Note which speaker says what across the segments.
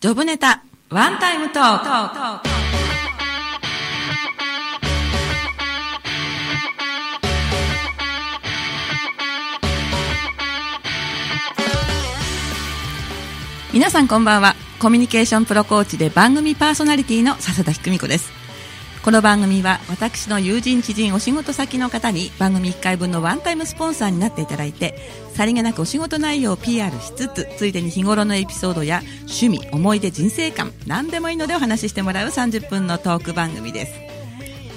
Speaker 1: ジョブネタ、ワンタイムトーク。皆さんこんばんは。コミュニケーションプロコーチで番組パーソナリティの笹田ひくみ子です。この番組は私の友人知人お仕事先の方に番組1回分のワンタイムスポンサーになっていただいてさりげなくお仕事内容を PR しつつついでに日頃のエピソードや趣味思い出人生観何でもいいのでお話ししてもらう30分のトーク番組です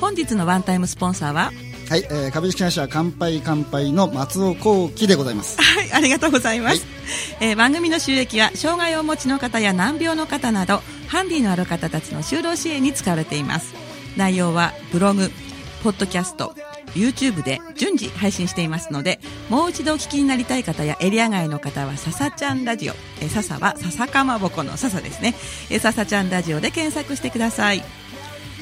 Speaker 1: 本日のワンタイムスポンサーは
Speaker 2: はい、えー株式会社乾杯乾杯の松尾幸喜でございます。
Speaker 1: はい、ありがとうございます、えー番組の収益は障害をお持ちの方や難病の方などハンディのある方たちの就労支援に使われています内容はブログポッドキャスト YouTube で順次配信していますのでもう一度お聞きになりたい方やエリア外の方は「ささちゃんラジオ」えー「ささ」は「ささかまぼこ」の「ささ」ですね「えーささちゃんラジオ」で検索してください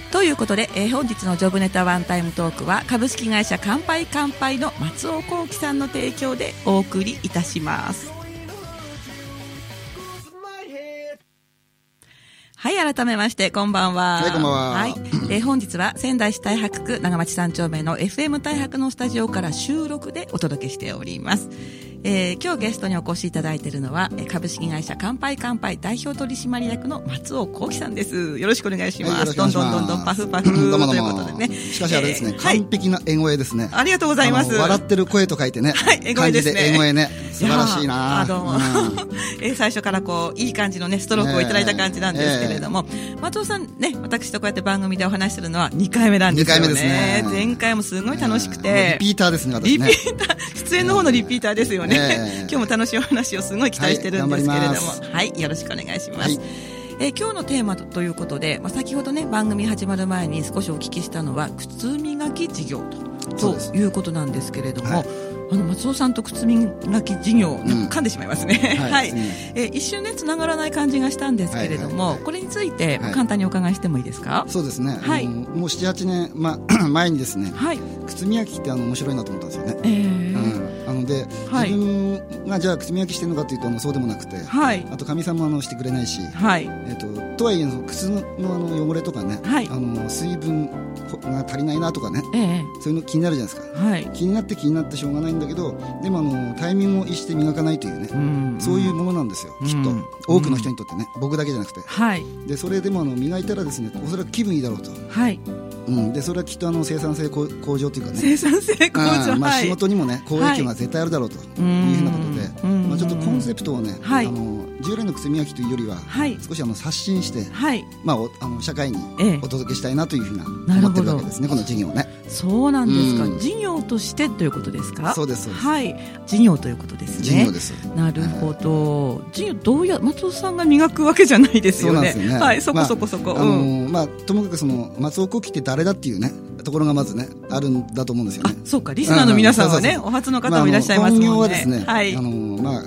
Speaker 1: ということで、えー本日のジョブネタワンタイムトークは株式会社乾杯乾杯の松尾幸喜さんの提供でお送りいたしますはい改めましてこんばんは
Speaker 2: はいこんばんは
Speaker 1: はいえー本日は仙台市太白区長町三丁目の FM 太白のスタジオから収録でお届けしております、えー今日ゲストにお越しいただいているのはえー株式会社乾杯乾杯代表取締役の松尾幸喜さんですよろしくお願いします、
Speaker 2: はい、よろしくお
Speaker 1: ど
Speaker 2: 願
Speaker 1: ん
Speaker 2: いし
Speaker 1: どん
Speaker 2: ます。
Speaker 1: どんどんパフパフと
Speaker 2: どうもどう
Speaker 1: いう
Speaker 2: も
Speaker 1: ことでね。
Speaker 2: しかしあれですね、
Speaker 1: えーはい
Speaker 2: 完。璧な英語絵ですね。
Speaker 1: ありがとうございます。
Speaker 2: あの笑ってる声と書いてね、
Speaker 1: はい英語絵ですね
Speaker 2: 漢字で英語絵ね、素晴らし
Speaker 1: や
Speaker 2: い
Speaker 1: あ
Speaker 2: な。
Speaker 1: あどうも。
Speaker 2: うん
Speaker 1: えー最初からこう、いい感じのね、ストロークをいただいた感じなんですけれども、松尾さんね、私とこうやって番組でお話しするのは2回目なんですよね。
Speaker 2: 二回目ですね
Speaker 1: 前回もすごい楽しく
Speaker 2: もう
Speaker 1: て
Speaker 2: リ。ピーターですね、私
Speaker 1: リピ
Speaker 2: ね。
Speaker 1: ーター、出演の方のリピーターですよね。
Speaker 2: ええ
Speaker 1: 今日も楽しいお話をすごい期待してるんですけれども、
Speaker 2: は
Speaker 1: はい
Speaker 2: 頑張りま
Speaker 1: い、よろしくお願いします。
Speaker 2: はい
Speaker 1: えー今日のテーマとということで、まあ、先ほどね番組始まる前に少しお聞きしたのは靴磨き事業
Speaker 2: そ
Speaker 1: と
Speaker 2: うです
Speaker 1: ということなんですけれども、
Speaker 2: はい
Speaker 1: あの松尾さんと靴磨き事業、なんか噛んでしまいますね、
Speaker 2: は
Speaker 1: はいい
Speaker 2: ですね
Speaker 1: えー一瞬ねつながらない感じがしたんですけれども、
Speaker 2: はいはいはい
Speaker 1: これについて
Speaker 2: はい
Speaker 1: 簡単にお伺いしてもいいですか、
Speaker 2: そうですね。
Speaker 1: はい
Speaker 2: あのもう七八年ま 前にですね、
Speaker 1: はい、
Speaker 2: 靴磨きってあの面白いなと思ったんですよね。
Speaker 1: えー
Speaker 2: うん、なので、
Speaker 1: はい
Speaker 2: 自分がじゃあ靴磨きしてるのかというとあのそうでもなくて、
Speaker 1: はい
Speaker 2: あとかみさんもあのしてくれないし、
Speaker 1: はい
Speaker 2: えっととはいえその靴のあの汚れとかね、
Speaker 1: はい
Speaker 2: あの水分が足りないなとかね
Speaker 1: ええ
Speaker 2: そういうの気になるじゃないですか
Speaker 1: はい
Speaker 2: 気になって気になってしょうがないんだけどでもあのタイミングを逸して磨かないというね、
Speaker 1: ん
Speaker 2: そういうものなんですよ、
Speaker 1: うん
Speaker 2: きっ
Speaker 1: うん
Speaker 2: と多くの人にとってね、僕だけじゃなくて
Speaker 1: はい
Speaker 2: でそれでもあの磨いたらですねおそらく気分いいだろうと、
Speaker 1: はい
Speaker 2: うん、でそれはきっとあの生産性向向上というかね
Speaker 1: 生産性向
Speaker 2: う
Speaker 1: 上
Speaker 2: んまあ、
Speaker 1: はい
Speaker 2: 仕事にもね好影響が絶対あるだろうというふうなこと
Speaker 1: う
Speaker 2: で、
Speaker 1: ん
Speaker 2: まあ、ちょっとコンセプトをね、
Speaker 1: はい
Speaker 2: あの従来の靴磨きというよりは、
Speaker 1: はい
Speaker 2: 少しあの刷新して、
Speaker 1: はい
Speaker 2: まあ、おあの社会に
Speaker 1: ええ
Speaker 2: お届けしたいなというふうな
Speaker 1: なるほど
Speaker 2: 思ってるわけですね、この事業をね。
Speaker 1: そうなんですか、
Speaker 2: うん
Speaker 1: 事業としてということですか
Speaker 2: そうですそうです
Speaker 1: はい事業ということですね
Speaker 2: 事業です。
Speaker 1: なるほど、事業どうや松尾さんが磨くわけじゃないです
Speaker 2: そうな
Speaker 1: よ
Speaker 2: ん
Speaker 1: ね
Speaker 2: ですよね。
Speaker 1: はいそこそこそこ、
Speaker 2: まああ
Speaker 1: うん
Speaker 2: のまあ、ともかくその松尾幸喜って誰だっていうねところがまずねあるんだと思うんですよ
Speaker 1: あ
Speaker 2: ね。
Speaker 1: そうかリスナーの皆さんは
Speaker 2: うん
Speaker 1: ね、
Speaker 2: そうそうそう
Speaker 1: お初の方もいらっしゃいますもんね、
Speaker 2: まああの本業はですね、
Speaker 1: はい
Speaker 2: あのまあ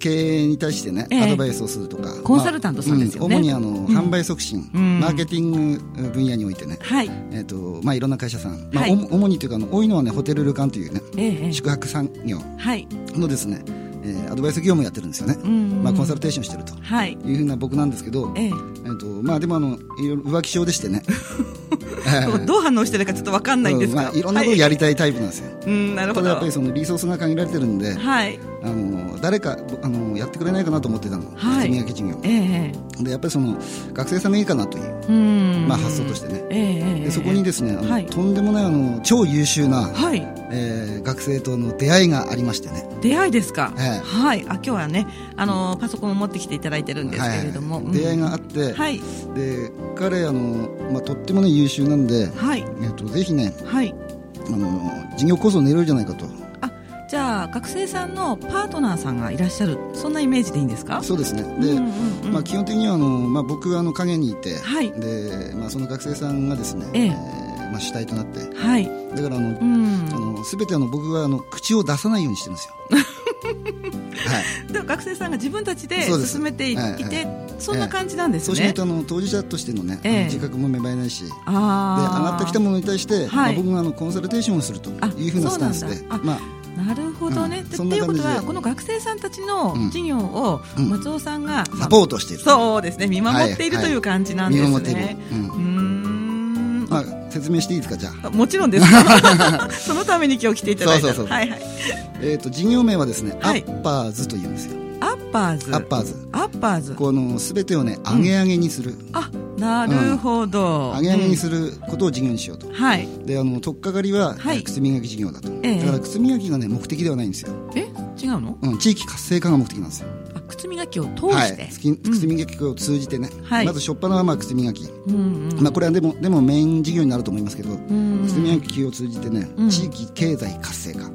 Speaker 2: 経営に対してね、
Speaker 1: ええ
Speaker 2: アドバイスをするとか、
Speaker 1: コンサルタントさんですよね
Speaker 2: まあうん主にあの、
Speaker 1: ん
Speaker 2: 販売促進、
Speaker 1: うん
Speaker 2: マーケティング分野においてね、
Speaker 1: はい
Speaker 2: えっ、とまあいろんな会社さん、まあ、
Speaker 1: はい
Speaker 2: おも主にというかあの多いのはねホテル旅館というね、
Speaker 1: ええええ
Speaker 2: 宿泊産業
Speaker 1: はい
Speaker 2: のですね、えーアドバイス業務をやってるんですよね。
Speaker 1: うん
Speaker 2: まあコンサルテーションしてると。
Speaker 1: はい
Speaker 2: いうふうな僕なんですけど、
Speaker 1: ええ
Speaker 2: えっとまあでもあのいろいろ浮気症 でしてね、
Speaker 1: どう反応してるかちょっとわかんないんですが、
Speaker 2: うんまあ、いろんなことを
Speaker 1: はい
Speaker 2: やりたいタイプなんですよ。
Speaker 1: うんなる
Speaker 2: た
Speaker 1: ほど
Speaker 2: だやっぱりそのリソースが限られてるんで、
Speaker 1: はい
Speaker 2: あの誰かあのやってくれないかなと思ってたの、
Speaker 1: はい
Speaker 2: 靴磨き事業を
Speaker 1: えええ
Speaker 2: でやっぱりその学生さんがいいかなという、
Speaker 1: えうん
Speaker 2: まあ、発想としてね、
Speaker 1: えええええ
Speaker 2: でそこにですねあの、
Speaker 1: はい
Speaker 2: とんでもないあの超優秀な、
Speaker 1: はい
Speaker 2: えー学生との出会いがありましてね、
Speaker 1: 出会いですか、
Speaker 2: ええ
Speaker 1: はいあ今日はねあのパソコンを持ってきていただいてるんですけれども、
Speaker 2: はい
Speaker 1: うん
Speaker 2: 出会いがあって、
Speaker 1: はい
Speaker 2: で彼あの、まあ、とっても、ね、優秀なんで、
Speaker 1: はい
Speaker 2: えっとぜひね
Speaker 1: はい
Speaker 2: あの事業構想を練ろうじゃないかと
Speaker 1: あじゃあ学生さんのパートナーさんがいらっしゃるそんなイメージでいいんですか
Speaker 2: そうですね
Speaker 1: う
Speaker 2: で、
Speaker 1: んうんうん
Speaker 2: まあ、基本的にはあの、まあ、僕はあの陰にいて、
Speaker 1: はい
Speaker 2: でまあ、その学生さんがですね、
Speaker 1: ええ
Speaker 2: ーまあ、主体となって
Speaker 1: はい
Speaker 2: だからあの、
Speaker 1: うん
Speaker 2: あの全てあの僕はあの口を出さないようにしてるんですよ。 はい、
Speaker 1: でも学生さんが自分たちで
Speaker 2: そうです
Speaker 1: 進めてい
Speaker 2: はい
Speaker 1: いて
Speaker 2: は
Speaker 1: そんな感じなんです
Speaker 2: そうしな
Speaker 1: ね
Speaker 2: いとあの当事者としてのね、
Speaker 1: ええ
Speaker 2: 自覚も芽生えないしで
Speaker 1: あ
Speaker 2: 上
Speaker 1: あ
Speaker 2: がってきたものに対し
Speaker 1: は
Speaker 2: て、
Speaker 1: い
Speaker 2: まあ、僕があのコンサルテーションをするというふうなスタンス
Speaker 1: そ
Speaker 2: で
Speaker 1: うなんだあ
Speaker 2: まあ、
Speaker 1: なるほどね。
Speaker 2: うん
Speaker 1: で
Speaker 2: そ
Speaker 1: っ
Speaker 2: ん
Speaker 1: て
Speaker 2: な
Speaker 1: いうこと
Speaker 2: 感じ
Speaker 1: は
Speaker 2: で
Speaker 1: この学生さんたちの事業を
Speaker 2: うん
Speaker 1: 松尾さんが、
Speaker 2: サポートしている
Speaker 1: そうですね見守っている
Speaker 2: は
Speaker 1: と
Speaker 2: い
Speaker 1: いう感じなんで
Speaker 2: 見
Speaker 1: すね。
Speaker 2: 守っている、うん
Speaker 1: うーん、
Speaker 2: まあ、説明していいですかじゃあ
Speaker 1: あもちろんです。 そのために今日来ていただいた。
Speaker 2: そうそうそう
Speaker 1: はいはい。
Speaker 2: えー、と事業名はですね、
Speaker 1: はい
Speaker 2: アッパーズというんですよ
Speaker 1: アッパーズ。
Speaker 2: アッパーズ
Speaker 1: アッパーズ。
Speaker 2: この全てをね上げ上げにする、
Speaker 1: あ、なるほど。
Speaker 2: 上げ上げにすることを事業にしようと、
Speaker 1: うんはい。
Speaker 2: であの取っかかりは、
Speaker 1: はい
Speaker 2: 靴磨き事業だと、
Speaker 1: ええ
Speaker 2: だから靴磨きがね目的ではないんですよ、
Speaker 1: え、違うの？
Speaker 2: うん、地域活性化が目的なんですよ
Speaker 1: あ、靴磨きを通
Speaker 2: は
Speaker 1: し
Speaker 2: い
Speaker 1: て。
Speaker 2: 靴靴磨きを通じてね、
Speaker 1: はい
Speaker 2: まず初っ端はまあ靴磨き、
Speaker 1: うんうん。
Speaker 2: まあ、これはでもでもメイン事業になると思いますけど、
Speaker 1: うん
Speaker 2: 靴磨きを通じてね、
Speaker 1: うん
Speaker 2: 地域経済活性化、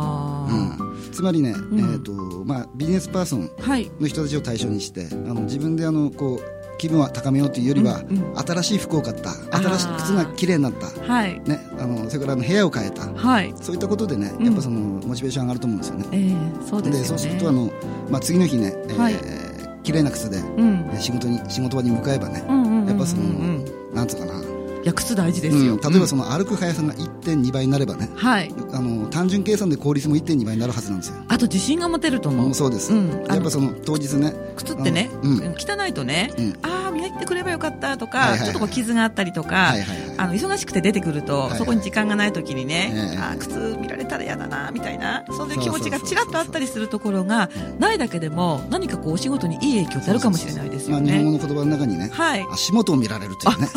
Speaker 1: は
Speaker 2: うんつまりね、
Speaker 1: ん
Speaker 2: えーとまあ、ビジネスパーソン
Speaker 1: あ。はい。
Speaker 2: の人たちを対象にしてあの自分であのこう気分は高めようというよりは、
Speaker 1: うんう
Speaker 2: 新しい服を買った新しい
Speaker 1: あー
Speaker 2: 靴が綺麗になった、
Speaker 1: はい。
Speaker 2: ね、あのそれからあの部屋を変えた
Speaker 1: はい。
Speaker 2: そういったことでね
Speaker 1: うん
Speaker 2: やっぱその、モチベーション上がると思うんですよね。
Speaker 1: えー、そうですよね。
Speaker 2: そうするとあの、まあ、次の日ね、えー
Speaker 1: はい
Speaker 2: 綺麗な靴で、ね
Speaker 1: うん。
Speaker 2: 仕事に仕事場に向かえばね、
Speaker 1: うんうんうんうんうん
Speaker 2: やっぱその、なんつうかな、
Speaker 1: いや靴大事です
Speaker 2: う
Speaker 1: よ。
Speaker 2: ん例えばそ
Speaker 1: の。
Speaker 2: の歩く速さが1.2倍になればね、
Speaker 1: はい。
Speaker 2: あの単純計算で効率も1.2倍になるはずなんですよ。
Speaker 1: あと自信が持てると
Speaker 2: も
Speaker 1: 思
Speaker 2: う
Speaker 1: う。
Speaker 2: そうです、
Speaker 1: うんあの
Speaker 2: やっぱその当日ね、
Speaker 1: 靴ってね、
Speaker 2: うん
Speaker 1: うん汚いとね、
Speaker 2: うん
Speaker 1: ああ磨いてくればよかったとか、
Speaker 2: はいはいは
Speaker 1: ち
Speaker 2: い
Speaker 1: ょっとこう傷があったりとか、
Speaker 2: はいはいはい
Speaker 1: あの忙しくて出てくると、
Speaker 2: はい
Speaker 1: そこに時間がない時にね、
Speaker 2: ええ
Speaker 1: あー靴見られたら嫌だなみたいなそういう気持ちが
Speaker 2: そうそうそうそう
Speaker 1: ちらっとあったりするところがないだけでも何かこうお仕事にいい影響ってあるかもしれないですよ
Speaker 2: まあ、日本
Speaker 1: ね。
Speaker 2: 語の言葉の中にね、
Speaker 1: はい、
Speaker 2: 足元を見られるというね。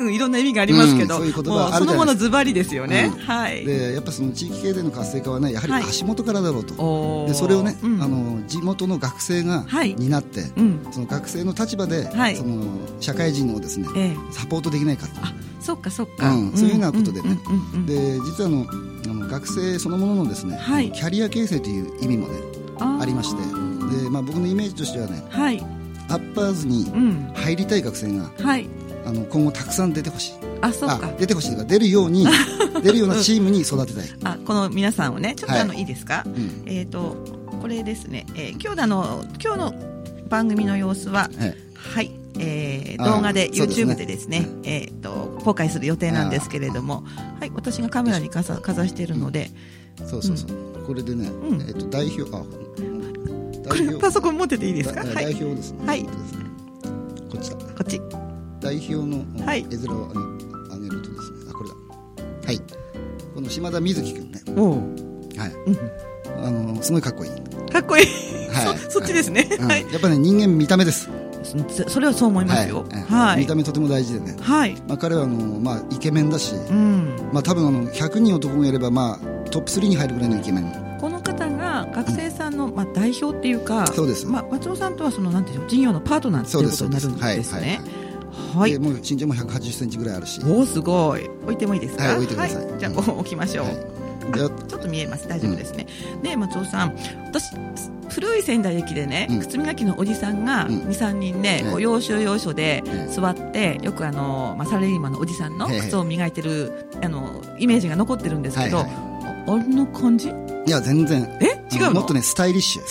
Speaker 1: うん、いろんな意味がありますけど、
Speaker 2: うんそういう言葉
Speaker 1: もう
Speaker 2: あ
Speaker 1: そ
Speaker 2: るじ
Speaker 1: の
Speaker 2: ゃ
Speaker 1: も
Speaker 2: ないですか
Speaker 1: のズバリですよね。
Speaker 2: うん
Speaker 1: はい。
Speaker 2: で、やっぱその地域経済の活性化はね、やはり
Speaker 1: はい
Speaker 2: 足元からだろうと。
Speaker 1: おー
Speaker 2: で、それをね、
Speaker 1: うん、
Speaker 2: あ、の地元の学生が
Speaker 1: はい
Speaker 2: 担って、
Speaker 1: うん、
Speaker 2: その学生の立場で、
Speaker 1: はい
Speaker 2: その社会人をですね、
Speaker 1: ええ、
Speaker 2: サポートできないかと。
Speaker 1: あ、そっかそっか、
Speaker 2: うんそういうようなことでね
Speaker 1: うんうんうんうん
Speaker 2: で、実はあの、あの学生そのもののですね、
Speaker 1: はい
Speaker 2: キャリア形成という意味もね、ありまして
Speaker 1: ー
Speaker 2: で、まあ、僕のイメージとしてはね、
Speaker 1: はい、
Speaker 2: アッパーズに
Speaker 1: うん、
Speaker 2: 入りたい学生が
Speaker 1: はい、
Speaker 2: あの今後たくさん出てほしい
Speaker 1: あ、そう
Speaker 2: あ
Speaker 1: か。
Speaker 2: 出てほしいというか出るように 出るようなチームに育てたい、
Speaker 1: あ、この皆さんをね、ちょっとあの、、
Speaker 2: はい
Speaker 1: いですか。
Speaker 2: うん
Speaker 1: えっ、と、これですね、えー、今日のあの、今日の番組の様子は、
Speaker 2: はい
Speaker 1: はい。えー
Speaker 2: あー
Speaker 1: 動画で
Speaker 2: そうですね
Speaker 1: YouTube でですねえっ、と公開する予定なんですけれどもはい私がカメラにかざかざしているので
Speaker 2: そうそうそう、これでね、
Speaker 1: うん
Speaker 2: えっと代表あ
Speaker 1: これパソコン持ってていいですか
Speaker 2: だ
Speaker 1: は
Speaker 2: 代
Speaker 1: いこ
Speaker 2: 表ですね、
Speaker 1: はい
Speaker 2: こっちだ
Speaker 1: っち
Speaker 2: 代表の、
Speaker 1: はい
Speaker 2: 絵面をあげあげるとですねあこれだはいこの島田瑞希君ね、
Speaker 1: おう
Speaker 2: はい
Speaker 1: うん
Speaker 2: あのすごいかっこいい、
Speaker 1: かっこいい
Speaker 2: はい
Speaker 1: そそっちですね
Speaker 2: うん
Speaker 1: はい
Speaker 2: やっぱね人間見た目です
Speaker 1: そそれはそう思いますよ
Speaker 2: は
Speaker 1: は
Speaker 2: い見
Speaker 1: い
Speaker 2: た目とても大事でね、
Speaker 1: はい
Speaker 2: まあ、彼はあの、まあ、イケメンだし、
Speaker 1: うん
Speaker 2: まあ、多分あの100人男がいれば、まあ、トップ3に入るぐらいのイケメン
Speaker 1: この方が学生さんの、まあ、代表っていうか、
Speaker 2: そうです
Speaker 1: まあ、松尾さんとはそのなんていうんでしょう事業のパートナーって
Speaker 2: そう
Speaker 1: いう
Speaker 2: で
Speaker 1: こ
Speaker 2: す
Speaker 1: と
Speaker 2: そう
Speaker 1: にな
Speaker 2: です
Speaker 1: るんですね。は
Speaker 2: はいい、でもう身長も1 8 0ンチぐらいあるし
Speaker 1: おおすごい置いてもいいですか
Speaker 2: はい置いてください
Speaker 1: じゃあ、
Speaker 2: うん
Speaker 1: 置きましょう、
Speaker 2: はいであ
Speaker 1: ちょっと見えます大丈夫ですね、で松尾さん私古い仙台駅でね、
Speaker 2: うん
Speaker 1: 靴磨きのおじさんが
Speaker 2: うん
Speaker 1: 23人で、
Speaker 2: ええ
Speaker 1: こう要所要所で
Speaker 2: ええ
Speaker 1: 座ってよくあの、まあ、サラリーマンのおじさんの
Speaker 2: ええ
Speaker 1: 靴を磨いてる、あのイメージが残ってるんですけど、
Speaker 2: はい
Speaker 1: ああれの感じ
Speaker 2: いや全然
Speaker 1: え違うの
Speaker 2: も っとねスタイリッシュ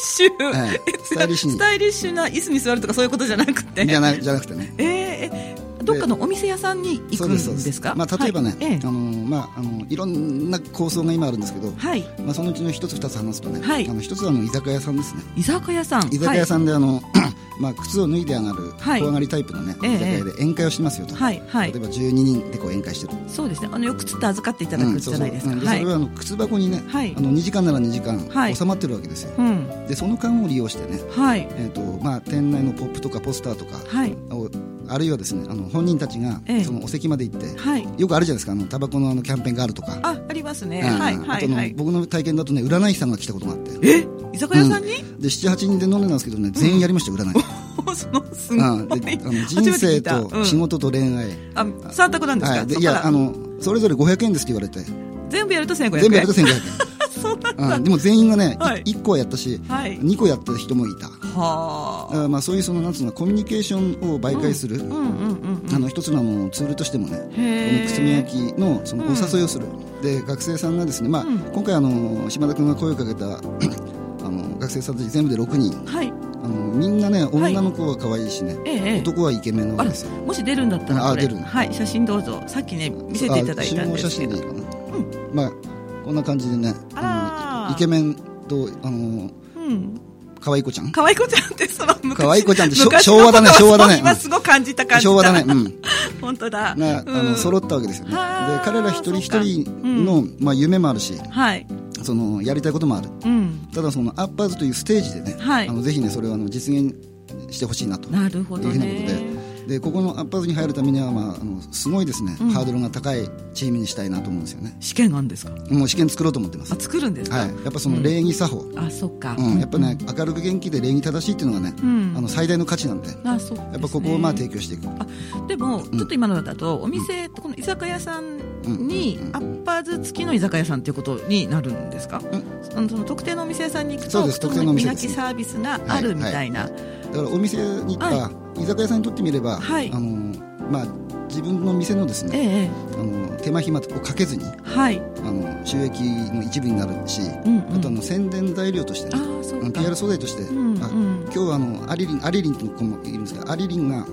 Speaker 1: シュー
Speaker 2: ええ スタイリッシュに
Speaker 1: スタイリッシュな椅子に座るとかそういうことじゃなくて
Speaker 2: じゃなじゃなくてね
Speaker 1: えええどっかのお店屋さんに行くんです
Speaker 2: そうそう
Speaker 1: か
Speaker 2: まあ、例えばね、
Speaker 1: はいええ
Speaker 2: あのまあ、あのいろんな構想が今あるんですけど、
Speaker 1: はい
Speaker 2: まあ、そのうちの一つ二つ話すとね、
Speaker 1: はい
Speaker 2: あの一つはあの居酒屋さんですね
Speaker 1: 居酒屋さん
Speaker 2: 居酒屋
Speaker 1: ん
Speaker 2: さんであの、 まあ、靴を脱いで上がる
Speaker 1: はい
Speaker 2: 小上がりタイプのね、
Speaker 1: ええ
Speaker 2: 居酒屋で宴会をしますよと、
Speaker 1: はいはい、
Speaker 2: 例
Speaker 1: は
Speaker 2: えば12人でこう宴会してる
Speaker 1: い、そうですねあのよくつって預かっていただ
Speaker 2: う
Speaker 1: く
Speaker 2: ん
Speaker 1: じ
Speaker 2: そう
Speaker 1: ゃ
Speaker 2: そ
Speaker 1: ない
Speaker 2: う
Speaker 1: ですか、
Speaker 2: うんで
Speaker 1: は
Speaker 2: そ
Speaker 1: い
Speaker 2: れはあの靴箱にね、
Speaker 1: はい
Speaker 2: あの2時間なら2時間
Speaker 1: はい
Speaker 2: 収まってるわけですよ、
Speaker 1: うん
Speaker 2: でその間を利用してね、
Speaker 1: はい
Speaker 2: えーとまあ、店内のポップとかポスターとか
Speaker 1: はい
Speaker 2: をあるいはですねあの本人たちが
Speaker 1: ええ
Speaker 2: そのお席まで行って、
Speaker 1: はい
Speaker 2: よくあるじゃないですかあのタバコのあのキャンペーンがあるとか
Speaker 1: あありますね、
Speaker 2: うん
Speaker 1: はい
Speaker 2: あ
Speaker 1: は
Speaker 2: とあ
Speaker 1: い
Speaker 2: の
Speaker 1: はい
Speaker 2: 僕の体験だとね占い師さんが来たことがあって
Speaker 1: え居酒屋さんに、
Speaker 2: で78人で飲んでたんですけどね全員やりました占い、
Speaker 1: そのす
Speaker 2: う
Speaker 1: ごい、
Speaker 2: んであの人生と仕
Speaker 1: 事、
Speaker 2: 事と恋愛、
Speaker 1: うん、あ三択なんですか、
Speaker 2: はい、で
Speaker 1: そ
Speaker 2: い
Speaker 1: っから
Speaker 2: やあのそれぞれ500円ですって言われて
Speaker 1: 全部やると1500円
Speaker 2: 全部やると1500
Speaker 1: そうなん
Speaker 2: 円、うん、でも全員がね、
Speaker 1: はい
Speaker 2: 1個はやったし
Speaker 1: はい
Speaker 2: 2個やった人もいた
Speaker 1: は
Speaker 2: あーまあそういうそのなんつうのコミュニケーションを媒介する、
Speaker 1: あうんうんうん
Speaker 2: あの一つのあのツールとしてもね
Speaker 1: うんへ
Speaker 2: この
Speaker 1: え
Speaker 2: 靴磨きのそのお誘いをする、で学生さんがですね、まあ
Speaker 1: うん
Speaker 2: 今回あの島田君が声をかけたあの学生さんたち全部で6人
Speaker 1: はい
Speaker 2: あのみんなね
Speaker 1: はい
Speaker 2: 女の子は可愛いしね、
Speaker 1: ええええ
Speaker 2: 男はイケメンなわ
Speaker 1: あ
Speaker 2: け
Speaker 1: ら
Speaker 2: ですよ
Speaker 1: もし出るんだったら
Speaker 2: あ
Speaker 1: これ
Speaker 2: 出る
Speaker 1: はい写真どうぞさっきね見せていただいたんですけ
Speaker 2: あ集合写真でい
Speaker 1: ど
Speaker 2: いかな、まあこんな感じでね
Speaker 1: あら
Speaker 2: あのイケメンとあの
Speaker 1: うん。
Speaker 2: 可愛い子ちゃん
Speaker 1: 可愛い子ちゃんってその昔
Speaker 2: 可愛い子ちゃんってしょ
Speaker 1: 昔
Speaker 2: 昭和だね
Speaker 1: のことを
Speaker 2: 昭和だね
Speaker 1: 今
Speaker 2: うん
Speaker 1: すごく感じた感じた
Speaker 2: 昭和だね、うん、
Speaker 1: 本当だ。
Speaker 2: が、あ
Speaker 1: うん
Speaker 2: の揃ったわけですよねで
Speaker 1: あー
Speaker 2: 彼ら一人一人の、まあ、夢もあるし
Speaker 1: はい。
Speaker 2: そのやりたいこともある
Speaker 1: うん。
Speaker 2: ただそのアッパーズというステージでね、
Speaker 1: はい
Speaker 2: あのぜひねそれをあの実現してほしいなと
Speaker 1: なるほど
Speaker 2: いうふうなこと
Speaker 1: ね。
Speaker 2: ででここのアッパーズに入るためには、まあ、あのすごいですね、
Speaker 1: うん
Speaker 2: ハードルが高いチームにしたいなと思うんですよね
Speaker 1: 試験あるんですか。
Speaker 2: もう試験作ろうと思ってます
Speaker 1: あ、作るんですか。
Speaker 2: はい、やっぱその礼儀作法、うん
Speaker 1: あ、そっか。
Speaker 2: やっぱね、明るく元気で礼儀正しいっていうのがね、
Speaker 1: うん
Speaker 2: あの最大の価値なんでや
Speaker 1: あ、そうですね。
Speaker 2: っぱここをまあ提供していく、
Speaker 1: でも、ちょっと今のだと、お店、この居酒屋さんに、アッパーズ付きの居酒屋さんということになるんですか。あのその特定のお店屋さんに行く
Speaker 2: そう
Speaker 1: と、
Speaker 2: です
Speaker 1: その
Speaker 2: 特定のお店
Speaker 1: 磨
Speaker 2: です
Speaker 1: きサービスがあるみたいな。
Speaker 2: だからお店に行った、
Speaker 1: は
Speaker 2: 居酒屋さんにとってみれば、
Speaker 1: はい
Speaker 2: あのまあ、自分の店のです
Speaker 1: え
Speaker 2: ね、
Speaker 1: えええ、
Speaker 2: あの手間暇をかけずに
Speaker 1: はい。
Speaker 2: あの収益の一部になるし、
Speaker 1: うん、う
Speaker 2: あとあ
Speaker 1: ん。
Speaker 2: の宣伝材料として、
Speaker 1: あ
Speaker 2: ね、
Speaker 1: ー、そ
Speaker 2: あの
Speaker 1: うか。
Speaker 2: PR 素材として、
Speaker 1: うん、
Speaker 2: あ
Speaker 1: うん。
Speaker 2: 今日はあのアリリンアリリンという子もいるんですけどアリリンが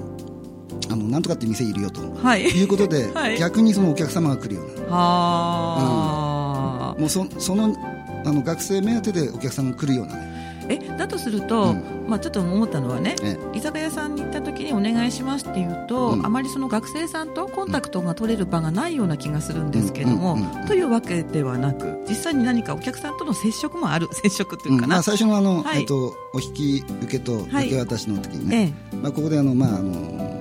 Speaker 2: あのなんとかって店いるよと。
Speaker 1: はい。
Speaker 2: いうことで、
Speaker 1: はい
Speaker 2: 逆にそのお客様が来るような
Speaker 1: はあ、
Speaker 2: もうそそのあの学生目当てでお客さんが来るようなね、
Speaker 1: えだとすると、
Speaker 2: うん
Speaker 1: まあ、ちょっと思ったのはね
Speaker 2: え
Speaker 1: 居酒屋さんに行った時にお願いしますって言うと、
Speaker 2: うん
Speaker 1: あまりその学生さんとコンタクトが取れる場がないような気がするんですけども、
Speaker 2: うんうんうんうん
Speaker 1: というわけではなく実際に何かお客さんとの接触もある接触というか
Speaker 2: うんま
Speaker 1: な、
Speaker 2: あ、最初のあの、
Speaker 1: はい
Speaker 2: えっと、お引き受けと
Speaker 1: はい
Speaker 2: 受け渡しの時にね、
Speaker 1: え
Speaker 2: まあ、ここであの、まああの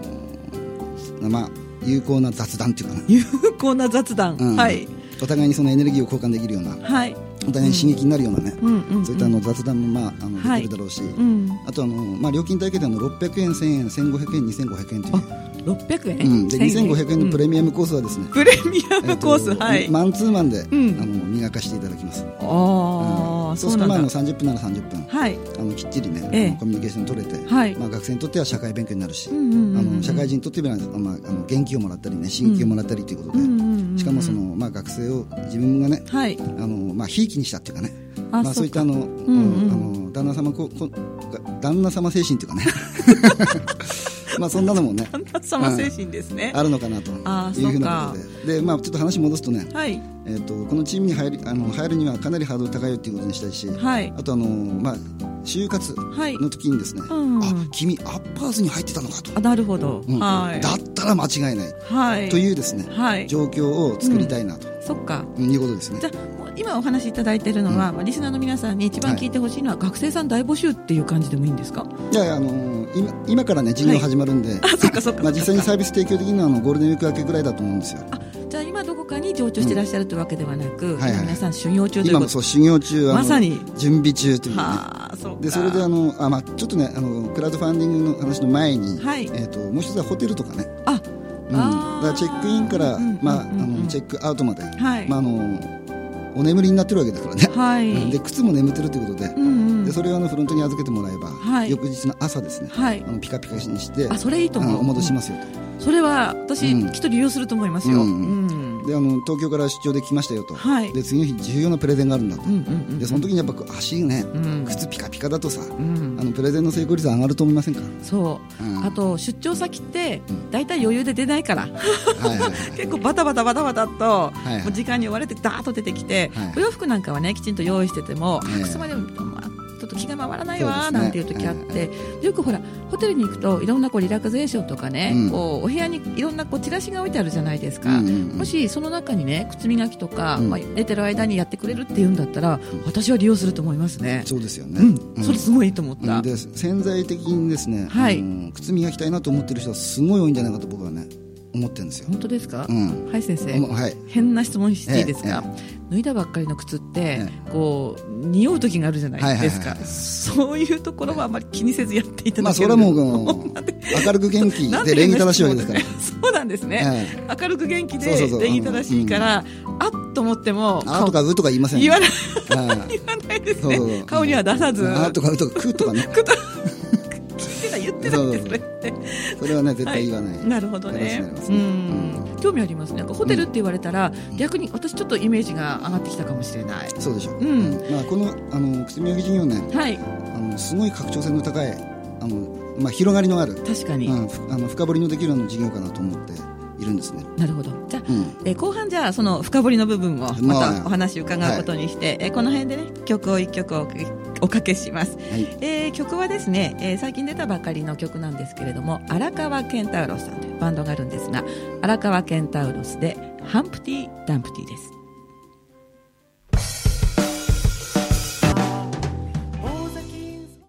Speaker 2: ーまあ、有効な雑談というかね
Speaker 1: え、有効な雑談、
Speaker 2: うん
Speaker 1: はい
Speaker 2: お互いにそのエネルギーを交換できるような
Speaker 1: はい、
Speaker 2: お互いに刺激になるようなね、
Speaker 1: うんうんうん、
Speaker 2: そういったあの雑談も、まあ、あの
Speaker 1: はい
Speaker 2: できるだろうし、
Speaker 1: うん、
Speaker 2: あとあの、まあ、料金体系であの600円、1000円、1500円、2500円という、
Speaker 1: 600円、
Speaker 2: うん、で2500円のプレ
Speaker 1: ミ,、
Speaker 2: ミアムコース はですね、
Speaker 1: プレミア
Speaker 2: えっ
Speaker 1: ム
Speaker 2: と
Speaker 1: コース、はい、
Speaker 2: マンツーマンで、
Speaker 1: ん
Speaker 2: あの磨かしていただきます。
Speaker 1: ああ、
Speaker 2: うんそ
Speaker 1: そうう
Speaker 2: する
Speaker 1: な
Speaker 2: と
Speaker 1: ん
Speaker 2: ま
Speaker 1: だ
Speaker 2: ああの30分なら30分
Speaker 1: はい
Speaker 2: あのきっちりね、
Speaker 1: ええ
Speaker 2: あのコミュニケーション取れて、
Speaker 1: はい
Speaker 2: まあ、学生にとっては社会勉強になるし、
Speaker 1: うんうんうんうん
Speaker 2: あの社会人にとっては、まあ、あの元気をもらったりね刺激をもらったりということで、
Speaker 1: うんうんうんうん
Speaker 2: しかもその、まあ、学生を自分がね
Speaker 1: はい
Speaker 2: あの、まあ、ひいきにしたっていうかね
Speaker 1: あ
Speaker 2: まあ、そういったあの、
Speaker 1: んうん
Speaker 2: あの旦那様ここ旦那様精神と いうかねまあそんなのもね
Speaker 1: 神田様精神ですね。
Speaker 2: あるのかなと
Speaker 1: あー
Speaker 2: いうふうなことでで、まあ、ちょっと話戻すとね、
Speaker 1: はい
Speaker 2: えっとこのチームに入りあの入るにはかなりハードル高いよっていうことにしたいし、
Speaker 1: はい
Speaker 2: あとあの、まあ、就活
Speaker 1: はい。
Speaker 2: の時にですね、
Speaker 1: うん
Speaker 2: あ君アッパーズに入ってたのかと、
Speaker 1: あなるほど。
Speaker 2: うん
Speaker 1: はい。
Speaker 2: だったら間違いない、
Speaker 1: はい。
Speaker 2: と
Speaker 1: う
Speaker 2: いうですね、
Speaker 1: はい。
Speaker 2: 状況を作りたいなと、
Speaker 1: そっか。
Speaker 2: いうことですね
Speaker 1: じゃあもう今お話しいただいているのは、まあリスナーの皆さんに一番聞いてほしいのは、学生さん大募集っていう感じでもいいんですか。
Speaker 2: いやいやあの今今からね授業始まる んで、
Speaker 1: あそっかそっか。
Speaker 2: まあ、実際に
Speaker 1: そっ
Speaker 2: サービス提供的にはあのゴールデンウィーク明けぐらいだと思うんですよ
Speaker 1: かあじゃあ今どこかに常駐していらっしゃるというわけではなく、
Speaker 2: はいはい
Speaker 1: 皆さん修行中という
Speaker 2: 今
Speaker 1: こ
Speaker 2: も
Speaker 1: と。
Speaker 2: そう修行中あの
Speaker 1: まさに
Speaker 2: 準備中というね
Speaker 1: はあそうか。
Speaker 2: でそれであのあ、まあ、ちょっとねあのクラウドファンディングの話の前に、
Speaker 1: はい
Speaker 2: えー、ともう一つはホテルとかね、
Speaker 1: あ
Speaker 2: うん、だ
Speaker 1: あー
Speaker 2: からチェックインから、
Speaker 1: うんうんうんうん
Speaker 2: まあ、あのチェックアウトまで、
Speaker 1: はい
Speaker 2: まあ、あのお眠りになってるわけだからね、
Speaker 1: はい。
Speaker 2: うんで靴も眠ってるということで,、
Speaker 1: うんうん
Speaker 2: でそれをあのフロントに預けてもらえば、
Speaker 1: はい
Speaker 2: 翌日の朝ですね、
Speaker 1: はい
Speaker 2: あ。のピカピカにして
Speaker 1: あそれいいと
Speaker 2: あ
Speaker 1: 思う。
Speaker 2: のお戻ししますよ
Speaker 1: うんそれは私
Speaker 2: うん
Speaker 1: きっと利用すると思いますよ。う
Speaker 2: うんん。と、であの東京から出張で来ましたよと、
Speaker 1: はい
Speaker 2: で次の日重要なプレゼンがあるんだと、
Speaker 1: うんうんうん
Speaker 2: でその時にやっぱこう足ね、
Speaker 1: うん
Speaker 2: 靴ピカピカだとさ、
Speaker 1: うん
Speaker 2: あのプレゼンの成功率上がると思いませんか、
Speaker 1: そう、
Speaker 2: うん
Speaker 1: あと出張先って大体余裕で出ないから
Speaker 2: はいはいはい
Speaker 1: 結構バタバタバタバタっと
Speaker 2: いはい
Speaker 1: もう時間に追われてダーッと出てきて、
Speaker 2: はい
Speaker 1: お洋服なんかはねきちんと用意してても、
Speaker 2: ええ
Speaker 1: あ靴までも、まあ、ちょっと気が回らないわ
Speaker 2: そうですね
Speaker 1: なんていう時あって、よくほらホテルに行くといろんなこうリラクゼーションとかね、
Speaker 2: うん
Speaker 1: こうお部屋にいろんなこうチラシが置いてあるじゃないですか。
Speaker 2: うんうんうん
Speaker 1: もしその中にね靴磨きとか、
Speaker 2: うん
Speaker 1: まあ、寝てる間にやってくれるっていうんだったら、私は利用すると思いますね。
Speaker 2: そうですよね、
Speaker 1: うん、
Speaker 2: うん
Speaker 1: それすごいいいと思った。
Speaker 2: うんで潜在的にですね、
Speaker 1: はい
Speaker 2: あの靴磨きたいなと思ってる人はすごい多いんじゃないかと僕はね思ってるんですよ、
Speaker 1: 本当ですか、
Speaker 2: うん
Speaker 1: はい先生、
Speaker 2: おもはい
Speaker 1: 変な質問していいですか、
Speaker 2: え
Speaker 1: 脱いだばっかりの靴って、
Speaker 2: え
Speaker 1: こう匂う時があるじゃないですか、
Speaker 2: はいはいはいはい
Speaker 1: そういうところはあまり気にせずやっていただ
Speaker 2: まあ
Speaker 1: け
Speaker 2: それ
Speaker 1: る
Speaker 2: はもうあ の明るく元気
Speaker 1: なん
Speaker 2: で
Speaker 1: て
Speaker 2: 礼
Speaker 1: 変
Speaker 2: 儀
Speaker 1: な
Speaker 2: 正しい
Speaker 1: 質
Speaker 2: わ
Speaker 1: 問
Speaker 2: けですから、
Speaker 1: そうなんですね、
Speaker 2: え
Speaker 1: 明るく元気
Speaker 2: そうそ
Speaker 1: で
Speaker 2: うそう
Speaker 1: 礼儀正しいからあっと思っても
Speaker 2: えあーとかうとか言いません
Speaker 1: 言わ
Speaker 2: な
Speaker 1: ないい言わないですね
Speaker 2: そうそう
Speaker 1: 顔には出さず
Speaker 2: あーとかうとかくとかね
Speaker 1: 聞いてた言ってたんです
Speaker 2: そう
Speaker 1: ね
Speaker 2: それはね絶対言わない、
Speaker 1: なるほどね
Speaker 2: よろ
Speaker 1: う
Speaker 2: しくお願いします
Speaker 1: ん興味ありますねなんかホテルって言われたら、逆に私ちょっとイメージが上がってきたかもしれない
Speaker 2: そうでしょう、
Speaker 1: うん
Speaker 2: うんまあ、このあの靴磨き事業ね
Speaker 1: はい
Speaker 2: あのすごい拡張性の高いあの、まあ、広がりのある
Speaker 1: 確かに、
Speaker 2: うん、ふあの深掘りのできるような事業かなと思っているんですね。
Speaker 1: なるほど。じゃあ、
Speaker 2: うん。
Speaker 1: えー後半じゃあその深掘りの部分をま
Speaker 2: まあ
Speaker 1: たお話伺うことにして、えーこの辺でね曲を一曲おかけおかけします。
Speaker 2: はい。
Speaker 1: えー曲はですね、えー最近出たばかりの曲なんですけれども荒川健太郎さんというバンドがあるんですが荒川健太郎で「ハンプティ・ダンプティ」です。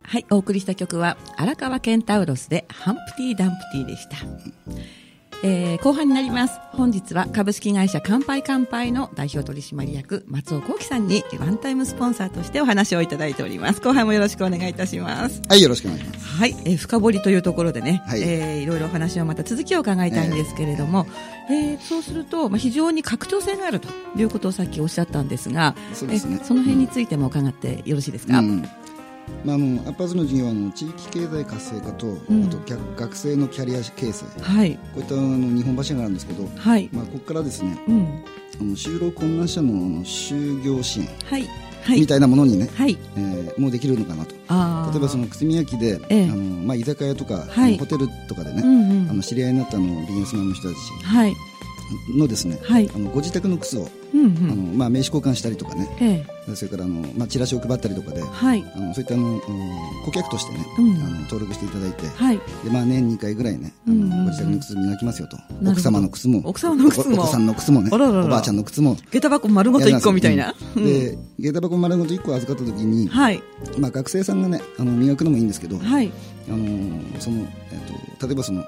Speaker 1: はい、お送りした曲は荒川ケンタウロスでハンプティダンプティでした、えー後半になります本日は株式会社乾杯乾杯の代表取締役松尾幸喜さんにワンタイムスポンサーとしてお話をいただいております後半もよろしくお願いいたします
Speaker 2: はい、よろしくお願いします。
Speaker 1: はい、えー深掘りというところでね、
Speaker 2: はい
Speaker 1: いえーいろいろお話をまた続きを伺いたいんですけれども、えーそうすると、まあ、非常に拡張性があるということをさっきおっしゃったんですが
Speaker 2: そうですね
Speaker 1: えその辺についても伺ってよろしいです
Speaker 2: う
Speaker 1: か、
Speaker 2: ん。まあ、あの、アッパーズの事業は、あの、地域経済活性化と、
Speaker 1: ん
Speaker 2: あと、学学生のキャリア形成。こ
Speaker 1: はい、
Speaker 2: ういった、あの、日本柱があるんですけど。
Speaker 1: はい、
Speaker 2: まあ、ここからですね、
Speaker 1: うん、
Speaker 2: あの、就労困難者の、あの、就業支援。
Speaker 1: はい、は
Speaker 2: み
Speaker 1: い、
Speaker 2: たいなものにね、
Speaker 1: はい、
Speaker 2: えーもうできるのかなと。
Speaker 1: あー
Speaker 2: 例えば、その、靴磨きで、
Speaker 1: ええ
Speaker 2: あの、まあ、居酒屋とか、
Speaker 1: はい
Speaker 2: あのホテルとかでね。
Speaker 1: うんうん
Speaker 2: あの知り合いになったあのビジネスマンの人たち
Speaker 1: はい、
Speaker 2: のですね、
Speaker 1: はい
Speaker 2: あのご自宅の靴を、
Speaker 1: うんう
Speaker 2: あの
Speaker 1: ん、
Speaker 2: まあ、名刺交換したりとかね
Speaker 1: ええ、
Speaker 2: それからあの、まあ、チラシを配ったりとかで
Speaker 1: はい、
Speaker 2: あのそういったあのうん顧客としてね、
Speaker 1: うん
Speaker 2: あの登録していただいて、
Speaker 1: はい、
Speaker 2: でまあ、年2回ぐらいねあ
Speaker 1: うんうんうん
Speaker 2: のご自宅の靴磨きますよと、
Speaker 1: ほど
Speaker 2: 奥様の靴も
Speaker 1: 奥様の靴も
Speaker 2: おお子さんの靴もね
Speaker 1: あらららら
Speaker 2: おばあちゃんの靴も
Speaker 1: 下駄箱丸ごと一個みたいな、
Speaker 2: うん
Speaker 1: うん
Speaker 2: で下駄箱丸ごと1個預かった時に、
Speaker 1: はい、
Speaker 2: まあ、学生さんがねあの磨くのもいいんですけど、
Speaker 1: はい、
Speaker 2: あのそのえっと例えばその、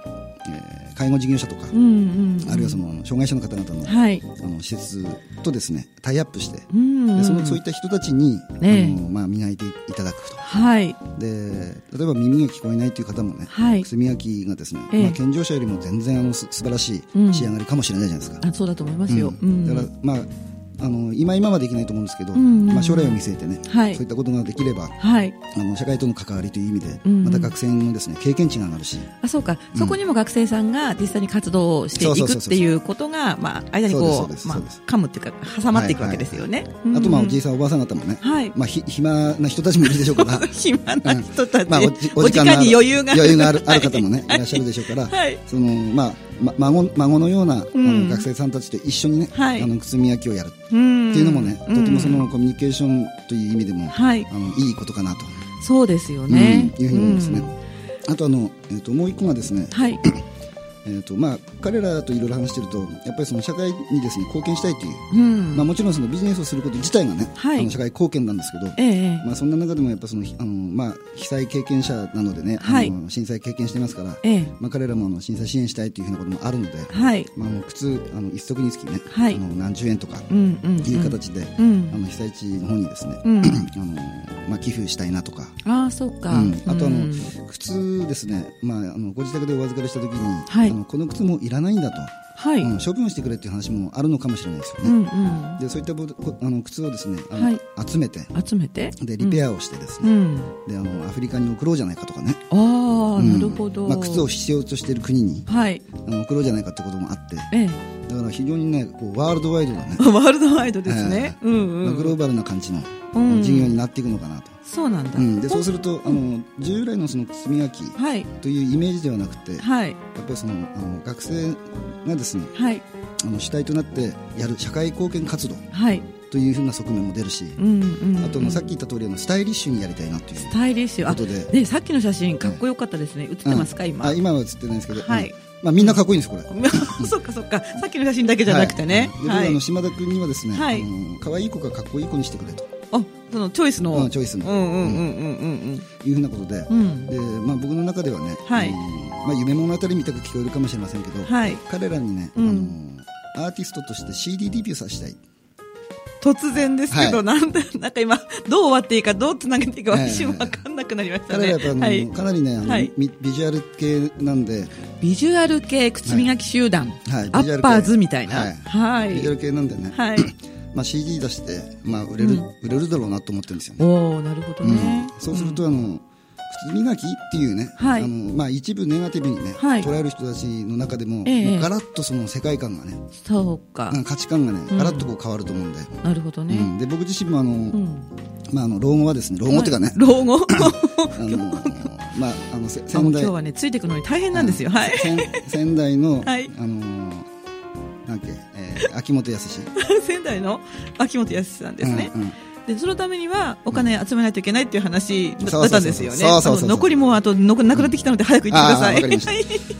Speaker 2: えー介護事業者とか、
Speaker 1: うんうん、
Speaker 2: あるいはそ、の障害者の方々の
Speaker 1: はい、
Speaker 2: あの施設とですねタイアップして、
Speaker 1: うんうん、
Speaker 2: でそのそういった人たちに、
Speaker 1: ええ
Speaker 2: あのまあ、磨いていただくと
Speaker 1: はい、
Speaker 2: で例えば耳が聞こえないという方もね、
Speaker 1: はい
Speaker 2: 靴磨きがですね、
Speaker 1: ええ
Speaker 2: まあ、健常者よりも全然あのす素晴らし
Speaker 1: う
Speaker 2: い
Speaker 1: ん
Speaker 2: 仕上がりかもしれないじゃないですか、
Speaker 1: あそうだと思いますよ。
Speaker 2: う
Speaker 1: うんん、
Speaker 2: だから、まああの今今はできないと思うんですけど、
Speaker 1: んうん
Speaker 2: まあ、将来を見据えてね、
Speaker 1: はい
Speaker 2: そういったことができれば
Speaker 1: はい、
Speaker 2: あの社会との関わりという意味で、
Speaker 1: うんうん
Speaker 2: また学生のですね経験値が上がるし、
Speaker 1: あそうか、そこにも学生さんが実際に活動をして
Speaker 2: そ
Speaker 1: いう
Speaker 2: そ
Speaker 1: く
Speaker 2: うそう
Speaker 1: っ
Speaker 2: そう
Speaker 1: ていうことが、まあ、間に
Speaker 2: そ
Speaker 1: こ
Speaker 2: うです
Speaker 1: う、ま
Speaker 2: そう
Speaker 1: あ
Speaker 2: ですそうです、
Speaker 1: 噛むっていうか、挟まっていくわけですよね。
Speaker 2: あとまあお
Speaker 1: うん
Speaker 2: じいさんおばあさん方もね、
Speaker 1: はい
Speaker 2: まあ、ひ暇な人たちもいるでしょう から
Speaker 1: 暇な人たち、
Speaker 2: まあ、おじお時間のある
Speaker 1: に余裕がある
Speaker 2: 余裕が あるある方もね、い、らっしゃるでしょうから、
Speaker 1: はい
Speaker 2: そのまあ、ま孫孫のような、
Speaker 1: うん
Speaker 2: あの学生さんたちと一緒にね、
Speaker 1: はい
Speaker 2: あの靴磨きをやるっ
Speaker 1: って
Speaker 2: て
Speaker 1: い
Speaker 2: いうのもね、とてもそ
Speaker 1: うん
Speaker 2: のコミュニケーションという意味でも、
Speaker 1: はい
Speaker 2: あのいいことかなと、
Speaker 1: そうですよね、
Speaker 2: うんいうふうに思いますね。
Speaker 1: うん
Speaker 2: あとあの、えー、ともう一個がですね、
Speaker 1: はい
Speaker 2: えーとまあ、彼らといろいろ話してるとやっぱりその社会にですね貢献したいという、
Speaker 1: うん
Speaker 2: まあ、もちろんそのビジネスをすること自体がね、
Speaker 1: はい
Speaker 2: あの社会貢献なんですけど、
Speaker 1: ええ
Speaker 2: まあ、そんな中でもやっぱその、あのまあ、被災経験者なのでね、
Speaker 1: はい
Speaker 2: あの震災経験してますから、
Speaker 1: ええ
Speaker 2: まあ、彼らもあの震災支援したいというふうなこともあるので、
Speaker 1: はい
Speaker 2: まあ、あの靴あの一足につきね、
Speaker 1: はい
Speaker 2: あの何十円とか
Speaker 1: うんうんうん
Speaker 2: いう形で、
Speaker 1: うん
Speaker 2: あの被災地の方にですね、
Speaker 1: うん
Speaker 2: あのまあ、寄付したいなとか、
Speaker 1: ああそうか、
Speaker 2: うんあとあの、
Speaker 1: うん
Speaker 2: 靴ですね、まあ、あのご自宅でお預かりした時に、
Speaker 1: はい
Speaker 2: あのこの靴もいらないんだと、
Speaker 1: はい、
Speaker 2: うん処分してくれっていう話もあるのかもしれないですよ
Speaker 1: う
Speaker 2: ね。
Speaker 1: んうん
Speaker 2: でそういったぼこあの靴をですねあの、
Speaker 1: はい
Speaker 2: 集めて
Speaker 1: 集めて
Speaker 2: でリペアをしてですね、
Speaker 1: うん
Speaker 2: であのアフリカに送ろうじゃないかとかね、
Speaker 1: ああ、
Speaker 2: うん
Speaker 1: なるほど、
Speaker 2: まあ、靴を必要としている国に
Speaker 1: はい
Speaker 2: あの送ろうじゃないかってこともあって
Speaker 1: ええ
Speaker 2: だから非常にねこうワールドワイドなね、
Speaker 1: ワールドワイドですね、
Speaker 2: ええ
Speaker 1: うん
Speaker 2: まあ
Speaker 1: う
Speaker 2: グ
Speaker 1: ん
Speaker 2: ローバルな感じのあ
Speaker 1: う
Speaker 2: の
Speaker 1: ん
Speaker 2: 事業になっていくのかなと、
Speaker 1: そうなんだ、
Speaker 2: うんでそうするとあの従来のその靴磨き
Speaker 1: はい
Speaker 2: というイメージではなくてやっ
Speaker 1: はい
Speaker 2: ぱりそのあの学生がですね
Speaker 1: はい
Speaker 2: あの主体となってやる社会貢献活動
Speaker 1: はい
Speaker 2: というふうな側面も出るし、
Speaker 1: うんうんうん
Speaker 2: あとあのさっき言った通りあのスタイリッシュにやりたいなという
Speaker 1: スタイリッシュ
Speaker 2: こ
Speaker 1: あ
Speaker 2: とで。
Speaker 1: ねさっきの写真かっこよかったですね、映ってますか、
Speaker 2: うん
Speaker 1: 今
Speaker 2: あ今は映ってないんですけど、
Speaker 1: はい
Speaker 2: うんまあ、みんなかっこいいんですこれ
Speaker 1: そっかそっかさっきの写真だけじゃなくてね
Speaker 2: はいで僕
Speaker 1: は
Speaker 2: あ
Speaker 1: い
Speaker 2: の島田君にはですね、
Speaker 1: はい
Speaker 2: あの可愛い子かかっこいい子にしてくれと、
Speaker 1: あそのチョイスの
Speaker 2: うんチョイス
Speaker 1: うん
Speaker 2: の、
Speaker 1: うん
Speaker 2: うん
Speaker 1: うんうんうん
Speaker 2: いうふうなことで,、
Speaker 1: うん
Speaker 2: でまあ、僕の中ではね、
Speaker 1: はい
Speaker 2: あのまあ、夢物語みたく聞こえるかもしれませんけど、
Speaker 1: はい
Speaker 2: 彼らにね、
Speaker 1: うん
Speaker 2: あのアーティストとして CD デビューさせたい、
Speaker 1: 突然です けど、
Speaker 2: はい
Speaker 1: なんだなんか今どう終わっていいかどうつなげていいか
Speaker 2: はい
Speaker 1: 私も分かんなくなりました
Speaker 2: 彼
Speaker 1: ね
Speaker 2: らはやっぱあの、
Speaker 1: はい
Speaker 2: かなりねあの、
Speaker 1: はい
Speaker 2: みビジュアル系なんで、
Speaker 1: ビジュアル系靴磨き集団、
Speaker 2: はい、
Speaker 1: ア
Speaker 2: ビジュア
Speaker 1: ッ
Speaker 2: ル系
Speaker 1: パーズみたいな
Speaker 2: はい
Speaker 1: はい
Speaker 2: ビジュアル系なんでね、
Speaker 1: はい、
Speaker 2: まあ、CD 出して、まあ、売れる、
Speaker 1: うん
Speaker 2: 売れるだろうなと思ってるんですよね
Speaker 1: おおなるほどね、
Speaker 2: うんそうすると、あの靴磨きっていうね、
Speaker 1: はい
Speaker 2: あのまあ、一部ネガティブにね、
Speaker 1: はい
Speaker 2: 捉える人たちの中でも、
Speaker 1: ええ
Speaker 2: もうガラッとその世界観がね、
Speaker 1: うんそうか、
Speaker 2: うん価値観がね、
Speaker 1: うん
Speaker 2: ガラッとこう変わると思うんで、
Speaker 1: なるほど
Speaker 2: う
Speaker 1: ね、
Speaker 2: ん、で僕自身もあの、
Speaker 1: うん
Speaker 2: まあ、あの老後はですね、老後っていうかね、
Speaker 1: 老 後
Speaker 2: あのまああのせ
Speaker 1: あもう今
Speaker 2: 仙 台
Speaker 1: 日はねついていくのに大変なんですよ、はい
Speaker 2: せん仙台の、
Speaker 1: はい
Speaker 2: あのなんだっけ、えー秋元康
Speaker 1: 仙台の秋元康さんですね、
Speaker 2: うんうん
Speaker 1: でそのためにはお金集めないといけないっていう話だ
Speaker 2: そう
Speaker 1: だ
Speaker 2: そ
Speaker 1: った
Speaker 2: うそうそう
Speaker 1: んですよね
Speaker 2: そうそうそうそう
Speaker 1: あの残りもあとのなくなってきたので早く行ってくださ
Speaker 2: あーわかり
Speaker 1: い
Speaker 2: ました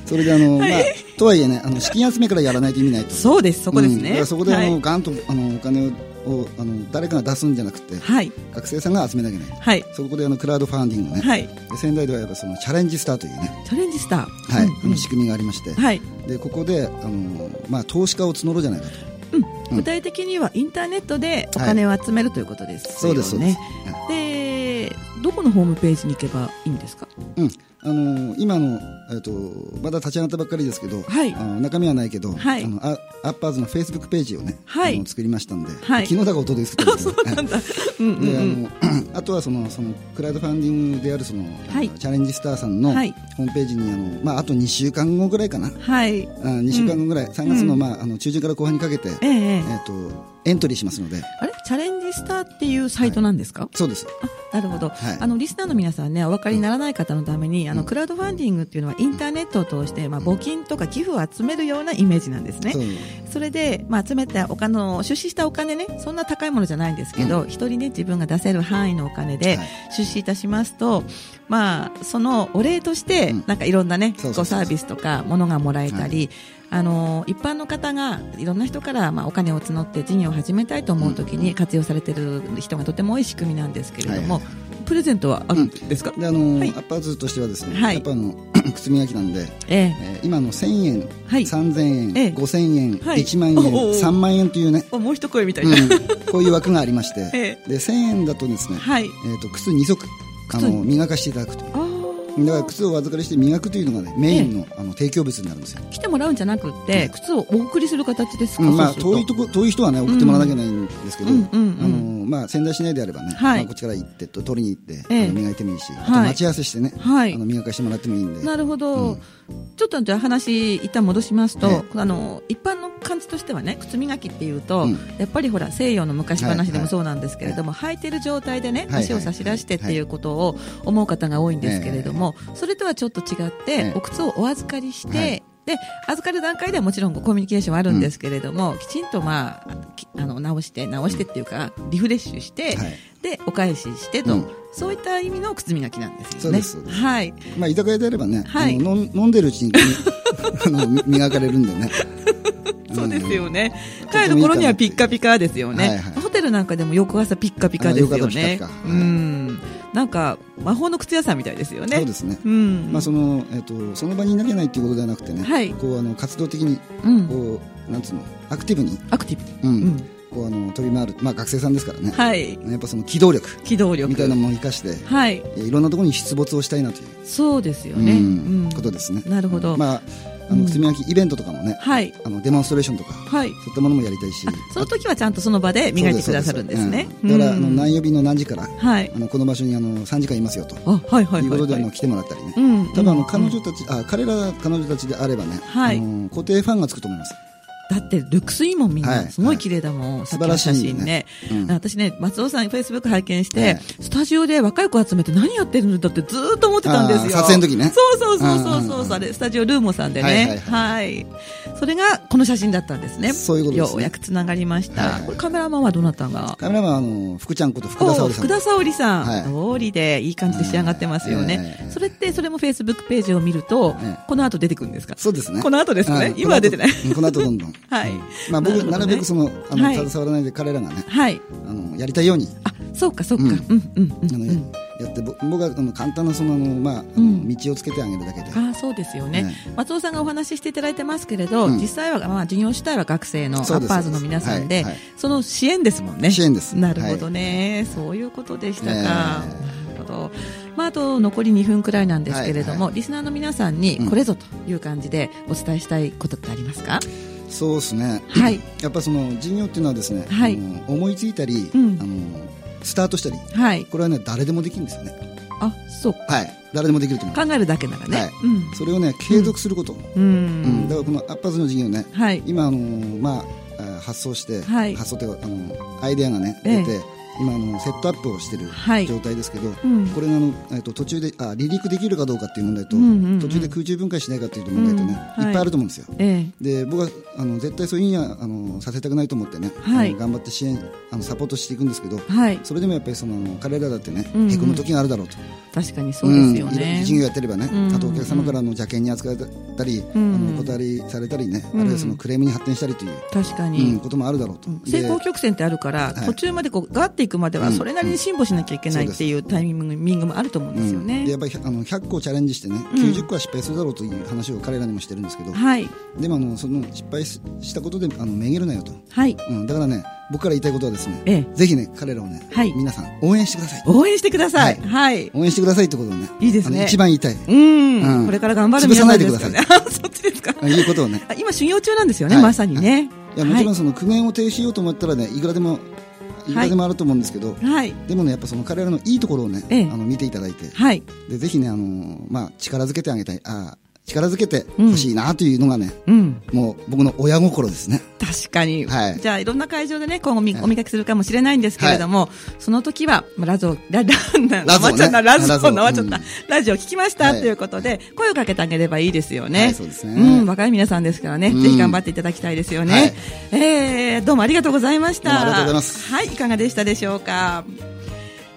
Speaker 2: それであの、まあ、とはいえねあの資金集めからやらないと意味ないと
Speaker 1: そうですそこです
Speaker 2: うんだ
Speaker 1: ね、
Speaker 2: からそこであ
Speaker 1: は
Speaker 2: の、
Speaker 1: い、
Speaker 2: ガンとあのお金ををあの誰かが出すんじゃなくて
Speaker 1: はい
Speaker 2: 学生さんが集めなきゃいけない
Speaker 1: はい
Speaker 2: そこであのクラウドファンディングをね、
Speaker 1: はい
Speaker 2: で仙台ではやっぱそのチャレンジスターというね、
Speaker 1: チャレンジスター
Speaker 2: はい
Speaker 1: うん
Speaker 2: あの仕組みがありまして、
Speaker 1: はい
Speaker 2: でここであの、まあ、投資家を募ろうじゃないかと
Speaker 1: うん
Speaker 2: うん
Speaker 1: 具体的にはインターネットでお金を集めるということですよね、
Speaker 2: そうです
Speaker 1: でどこのホームページに行けばいいんです か
Speaker 2: うん、あの今の、えっとまだ立ち上がったばっかりですけど、
Speaker 1: はい
Speaker 2: あの中身はないけど、
Speaker 1: はい
Speaker 2: あのあアッパーズのフェイスブックページをね、
Speaker 1: はい
Speaker 2: あの作りましたんで、
Speaker 1: はい
Speaker 2: 昨日だか音です けど、そう
Speaker 1: なんだうんうん
Speaker 2: であ
Speaker 1: うん
Speaker 2: の あとはそのそのクラウドファンディングであるその、あの
Speaker 1: はい
Speaker 2: チャレンジスターさんのホ
Speaker 1: はい
Speaker 2: ームページにあの、まあ、あと2週間後ぐらいかな、
Speaker 1: はい
Speaker 2: あ2週間後ぐらい、3月の,、
Speaker 1: うん
Speaker 2: まあ、あの中旬から後半にかけて、
Speaker 1: ええええ
Speaker 2: えっとエントリーしますので
Speaker 1: あれチャレンジスターっていうサイトなんですか、
Speaker 2: そうです
Speaker 1: あなるほど、
Speaker 2: はい
Speaker 1: あのリスナーの皆さんねお分かりにならない方のために、あのクラウドファンディングっていうのはインターネットを通して、まあ、募金とか寄付を集めるようなイメージなんですね
Speaker 2: そう
Speaker 1: それで、まあ、集めたお金の出資したお金ねそんな高いものじゃないんですけど一、人ね自分が出せる範囲のお金で
Speaker 2: はい
Speaker 1: 出資いたしますと、まあ、そのお礼として、
Speaker 2: うん
Speaker 1: なんかいろんなね
Speaker 2: そうそうそ
Speaker 1: ご
Speaker 2: うそ
Speaker 1: サ
Speaker 2: う
Speaker 1: ービスとかものがもらえたり、あの一般の方がいろんな人から、まあ、お金を募って事業を始めたいと思うときに活用されてる人がとても多い仕組みなんですけれども、
Speaker 2: はいは
Speaker 1: プレゼントはあるんですか、
Speaker 2: であの、
Speaker 1: はい
Speaker 2: アッパーズとしてはですね、
Speaker 1: はい
Speaker 2: やっぱあの 靴磨きなんで
Speaker 1: ええ
Speaker 2: えー今の1000円、
Speaker 1: はい
Speaker 2: 3000円、
Speaker 1: ええ
Speaker 2: 5000円、
Speaker 1: はい
Speaker 2: 1万円、
Speaker 1: おーおー
Speaker 2: 3万円というね、
Speaker 1: おもう一声みたいな、
Speaker 2: うん、こういう枠がありまして、
Speaker 1: え
Speaker 2: で1000円だとですね、
Speaker 1: はい
Speaker 2: えー、と靴2足あ
Speaker 1: 靴
Speaker 2: の磨かしていただくと。
Speaker 1: あー
Speaker 2: だから靴をお預かりして磨くというのが、ね、メインの,、あの提供物になるんですよ、
Speaker 1: 来てもらうんじゃなくって、
Speaker 2: ええ
Speaker 1: 靴をお送りする形ですか、
Speaker 2: うんまあ、
Speaker 1: そうする
Speaker 2: 遠いとこ遠い人は、ね、送ってもらわなきゃいけないんですけど、
Speaker 1: うんうんうん
Speaker 2: あのまあ、仙台市内であれば、ね
Speaker 1: はい
Speaker 2: まあ、こっちから行ってと取りに行って、
Speaker 1: ええ
Speaker 2: あの磨いてもいいし、あと
Speaker 1: はい
Speaker 2: 待ち合わせして、ね
Speaker 1: はい
Speaker 2: あの磨かしてもらってもいいんで
Speaker 1: なるほど、
Speaker 2: うん
Speaker 1: ちょっとじゃあ話一旦戻しますと、
Speaker 2: え
Speaker 1: あの一般の感じとしてはね靴磨きっていうと、
Speaker 2: うん
Speaker 1: やっぱりほら西洋の昔話でも
Speaker 2: はいはい
Speaker 1: そうなんですけれども、履いてる状態でね
Speaker 2: はいはい
Speaker 1: 足を差し出してっていうことを思う方が多いんですけれども、それとはちょっと違って、
Speaker 2: ええ
Speaker 1: お靴をお預かりして、
Speaker 2: はい
Speaker 1: で預かる段階ではもちろんコミュニケーションはあるんですけれども、きちんと、まあ、きあの直して直してっていうかリフレッシュして、
Speaker 2: はい
Speaker 1: でお返ししてと、
Speaker 2: うん
Speaker 1: そういった意味の靴磨きなんですよね。
Speaker 2: そうですそうです
Speaker 1: はい
Speaker 2: まあ、居酒屋であればね、
Speaker 1: はい
Speaker 2: あの飲ん飲んでるうちに あの磨かれるんでね。
Speaker 1: そうですよね。
Speaker 2: ん
Speaker 1: 帰る頃にはピッカピカですよね。
Speaker 2: はいはい
Speaker 1: ホテルなんかでも翌朝ピッカピカですよ
Speaker 2: あ
Speaker 1: ね。
Speaker 2: 翌朝ピカピカ
Speaker 1: う
Speaker 2: はい
Speaker 1: ん。なんか魔法の靴屋さんみたいですよね。
Speaker 2: そうですね。
Speaker 1: うん。
Speaker 2: まあそのえっ、とその場に投げないっていうことではなくてね、
Speaker 1: はい
Speaker 2: こうあの活動的に
Speaker 1: うん。
Speaker 2: こう、なんつうのアクティブに、
Speaker 1: アクティブ。
Speaker 2: うん
Speaker 1: うん
Speaker 2: こうあの飛び回る、まあ学生さんですからね。
Speaker 1: はい。
Speaker 2: やっぱその機動力
Speaker 1: 機動力。
Speaker 2: みたいなものを生かして、
Speaker 1: はい。
Speaker 2: えいろんなところに出没をしたいなという、
Speaker 1: そうですよ
Speaker 2: うん
Speaker 1: ね。
Speaker 2: ことですね。
Speaker 1: なるほど
Speaker 2: まああ
Speaker 1: うん
Speaker 2: の靴磨きイベントとかもね、
Speaker 1: はい。
Speaker 2: あのデモンストレーションとか、
Speaker 1: はい。
Speaker 2: そういったものもやりたいし
Speaker 1: あ、その時はちゃんとその場で磨いてくださるんですね。
Speaker 2: そうですそうですうんだからあ
Speaker 1: うん
Speaker 2: の何曜日の何時から
Speaker 1: はい
Speaker 2: あ。のこの場所にあの3時間いますよと
Speaker 1: あ、はいはいいうは
Speaker 2: こ
Speaker 1: い
Speaker 2: とであ
Speaker 1: は
Speaker 2: の
Speaker 1: い。
Speaker 2: 来てもらったりね、
Speaker 1: ん
Speaker 2: 多分あの彼
Speaker 1: う
Speaker 2: 女
Speaker 1: ん
Speaker 2: たち、あ彼ら彼女たちであればね、
Speaker 1: はい
Speaker 2: あの固定ファンがつくと思います、
Speaker 1: だってルックスいいもんみん
Speaker 2: は
Speaker 1: な。
Speaker 2: い
Speaker 1: すごい綺麗だもん。さっきの
Speaker 2: 素晴らしい
Speaker 1: 写真ね
Speaker 2: ね。うん
Speaker 1: 私ね、松尾さん、フェイスブック拝見して、
Speaker 2: え
Speaker 1: スタジオで若い子集めて何やってるんだってずーっと思ってたんですよ。
Speaker 2: あー撮影の時ね
Speaker 1: そうそうそうそうそう
Speaker 2: うんうんうん
Speaker 1: あれ、スタジオルーモさんでね。はいそれがこの写真だったんですね。
Speaker 2: そういうことですね
Speaker 1: ようやくつながりました。
Speaker 2: はいはい
Speaker 1: これカメラマンはどなたが
Speaker 2: カメラマンはあの福ちゃんこと福田
Speaker 1: お
Speaker 2: 沙織さん
Speaker 1: 福田沙織さん、
Speaker 2: は
Speaker 1: 通りでいい感じで仕上がってますよね、
Speaker 2: うんええ
Speaker 1: それってそれもフェイスブックページを見ると、
Speaker 2: ええ
Speaker 1: この後出てくるんですか
Speaker 2: そうですね
Speaker 1: この後ですね
Speaker 2: うん
Speaker 1: 今は出てない
Speaker 2: この後うんこの後どんどん
Speaker 1: はい
Speaker 2: まあ、僕
Speaker 1: なるほどね
Speaker 2: なるべくそのあの、
Speaker 1: はい
Speaker 2: 携わらないで彼らがね
Speaker 1: はい
Speaker 2: あのやりたいように
Speaker 1: あそうかそうか、う
Speaker 2: うん
Speaker 1: ん、うんうん
Speaker 2: あの、
Speaker 1: うん
Speaker 2: やってぼ僕はあの簡単なそのあの、まああの
Speaker 1: うん
Speaker 2: 道をつけてあげるだけで、
Speaker 1: ああそうですよね、
Speaker 2: ね
Speaker 1: 松尾さんがお話ししていただいてますけれど、
Speaker 2: うん
Speaker 1: 実際は、まあ、授業主体は学生のア
Speaker 2: そう
Speaker 1: ッ
Speaker 2: です
Speaker 1: パーズの皆さんでそ
Speaker 2: そうですはいは
Speaker 1: の
Speaker 2: い
Speaker 1: 支援ですもんね
Speaker 2: 支援です
Speaker 1: なるほどね、そういうことでしたか、
Speaker 2: ええ
Speaker 1: なるほどまあ、あと残り2分くらいなんですけれども、
Speaker 2: はいは
Speaker 1: リスナーの皆さんに
Speaker 2: うん
Speaker 1: これぞという感じでお伝えしたいことってありますか、
Speaker 2: そうですね、
Speaker 1: はい
Speaker 2: やっぱその事業っていうのはですね、
Speaker 1: はい
Speaker 2: あの思いついたり、
Speaker 1: うん
Speaker 2: あのスタートしたり
Speaker 1: はい
Speaker 2: これはね誰でもできるんですよね
Speaker 1: あそう
Speaker 2: はい誰でもできると思う
Speaker 1: 考えるだけならね、
Speaker 2: はい
Speaker 1: うん
Speaker 2: それをね継続すること、
Speaker 1: う
Speaker 2: うん
Speaker 1: ん
Speaker 2: だからこのアッパーズの事業ね
Speaker 1: はい
Speaker 2: 今あのーまああー発想して、
Speaker 1: はい
Speaker 2: 発想というかあのーアイデアがね
Speaker 1: ええ
Speaker 2: 出て、今あのセットアップをしてる
Speaker 1: はい
Speaker 2: 状態ですけど、
Speaker 1: うん
Speaker 2: これがあの、えっと、途中であ離陸できるかどうかっていう問題と、
Speaker 1: うんうんうん
Speaker 2: 途中で空中分解しないかっていう問題とね、
Speaker 1: うんはい
Speaker 2: い、っぱいあると思うんですよ。
Speaker 1: え
Speaker 2: で僕はあの絶対そういうにはあのさせたくないと思ってね、
Speaker 1: はい
Speaker 2: あの頑張って支援あのサポートしていくんですけど、
Speaker 1: えはい
Speaker 2: それでもやっぱりそのあの彼らだってね、
Speaker 1: うんうん
Speaker 2: へこむ時があるだろうと
Speaker 1: 確かにそうですよ
Speaker 2: んいろい
Speaker 1: ね
Speaker 2: ろ、事業やってればね、
Speaker 1: うん
Speaker 2: あとお客様からの邪険に扱ったり、
Speaker 1: うん
Speaker 2: あのお断りされたりね、
Speaker 1: うん
Speaker 2: あるいはそのクレームに発展したりという、
Speaker 1: 確か
Speaker 2: うん
Speaker 1: に、
Speaker 2: こともあるだろうと。で
Speaker 1: 成功曲線ってあるから、
Speaker 2: はい
Speaker 1: 途中までこうガーっていくまでは
Speaker 2: うん
Speaker 1: それなりに辛抱しなきゃいけない
Speaker 2: うん
Speaker 1: っていうタイミングもあると思うんですよ
Speaker 2: うん、でや
Speaker 1: ね、
Speaker 2: っぱりあの100個チャレンジしてね、
Speaker 1: うん
Speaker 2: 90個は失敗するだろうという話を彼らにもしてるんですけど、
Speaker 1: はい
Speaker 2: でもあのその失敗ししたことであのめげるなよと、
Speaker 1: はい
Speaker 2: うん、だからね僕から言いたいことはですね、
Speaker 1: ええ
Speaker 2: ぜひね彼らをね、
Speaker 1: はい
Speaker 2: 皆さん応援してください
Speaker 1: 応援してくださいはい、
Speaker 2: 応援してくださいってことをね
Speaker 1: いいですね
Speaker 2: あの一番言いたい
Speaker 1: うん、
Speaker 2: うん
Speaker 1: これから頑張る皆さんですからね
Speaker 2: 潰
Speaker 1: そっちですか
Speaker 2: あいうことをね
Speaker 1: あ今修行中なんですよね、
Speaker 2: はい
Speaker 1: まさにね
Speaker 2: いやもちろん
Speaker 1: は
Speaker 2: その苦言を呈しようと思ったらねいくらでもいくらでもあると思うんですけど、
Speaker 1: いはい、
Speaker 2: でもねやっぱその彼らのいいところをね、
Speaker 1: ええ
Speaker 2: あの見ていただいて
Speaker 1: はい
Speaker 2: でぜひねあの、まあ、力づけてあげたいあ力づけてほしいなというのがね、
Speaker 1: うん
Speaker 2: もう僕の親心ですね。
Speaker 1: 確かに、
Speaker 2: はい
Speaker 1: じゃあいろんな会場でね今後み
Speaker 2: はい
Speaker 1: お見かけするかもしれないんですけれども、その時はまあラジオララな
Speaker 2: ラジオね
Speaker 1: 生ちゃんなラジ
Speaker 2: ラジ
Speaker 1: オ
Speaker 2: オ
Speaker 1: なわちゃった、
Speaker 2: うん
Speaker 1: ラジオ聞きました、
Speaker 2: はい
Speaker 1: ということで声をかけてあげればいいですよね、
Speaker 2: はいそうですね
Speaker 1: うん若い皆さんですからね、
Speaker 2: うん
Speaker 1: ぜひ頑張っていただきたいですよね、
Speaker 2: はい
Speaker 1: えーどうもありがとうございました
Speaker 2: どうもありがとうございます
Speaker 1: はいいかがでしたでしょうか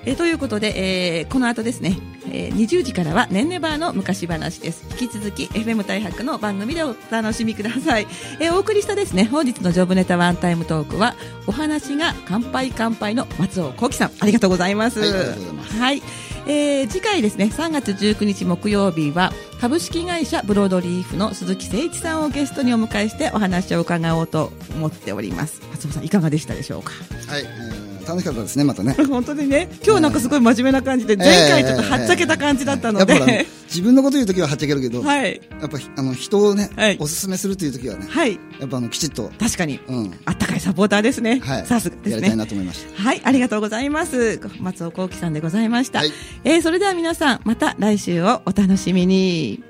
Speaker 1: えーということで、えーこの後ですね、えー20時からは「ねんねばーの昔話」です引き続き FM 大白の番組でお楽しみください、えーお送りしたですね本日のジョブネタワンタイムトークはお話が乾杯乾杯の松尾幸喜さんありがとうございます
Speaker 2: はいありがとうございます
Speaker 1: はいえー次回ですね3月19日木曜日は株式会社ブロードリーフの鈴木誠一さんをゲストにお迎えしてお話を伺おうと思っております松尾さんいかがでしたでしょうか
Speaker 2: はい、えー楽しかったですね、またね。
Speaker 1: 本当にね、今日なんかすごい真面目な感じで、 前回ちょっとはっちゃけた感じだったの
Speaker 2: えーえーえー
Speaker 1: で
Speaker 2: やっぱ、ほら自分のこと言うときははっちゃけるけど、
Speaker 1: はい、
Speaker 2: やっぱあの人をね、
Speaker 1: はい
Speaker 2: おすすめするというときはね、
Speaker 1: はい、
Speaker 2: やっぱあのきちっと、
Speaker 1: 確かに、
Speaker 2: うん、
Speaker 1: あったかいサポーターですね。
Speaker 2: はい、
Speaker 1: さすがで
Speaker 2: や
Speaker 1: す
Speaker 2: りたい
Speaker 1: ね。
Speaker 2: なと思いました。
Speaker 1: はい、ありがとうございます。松尾幸喜さんでございました。
Speaker 2: はい
Speaker 1: えーそれでは皆さん、また来週をお楽しみに。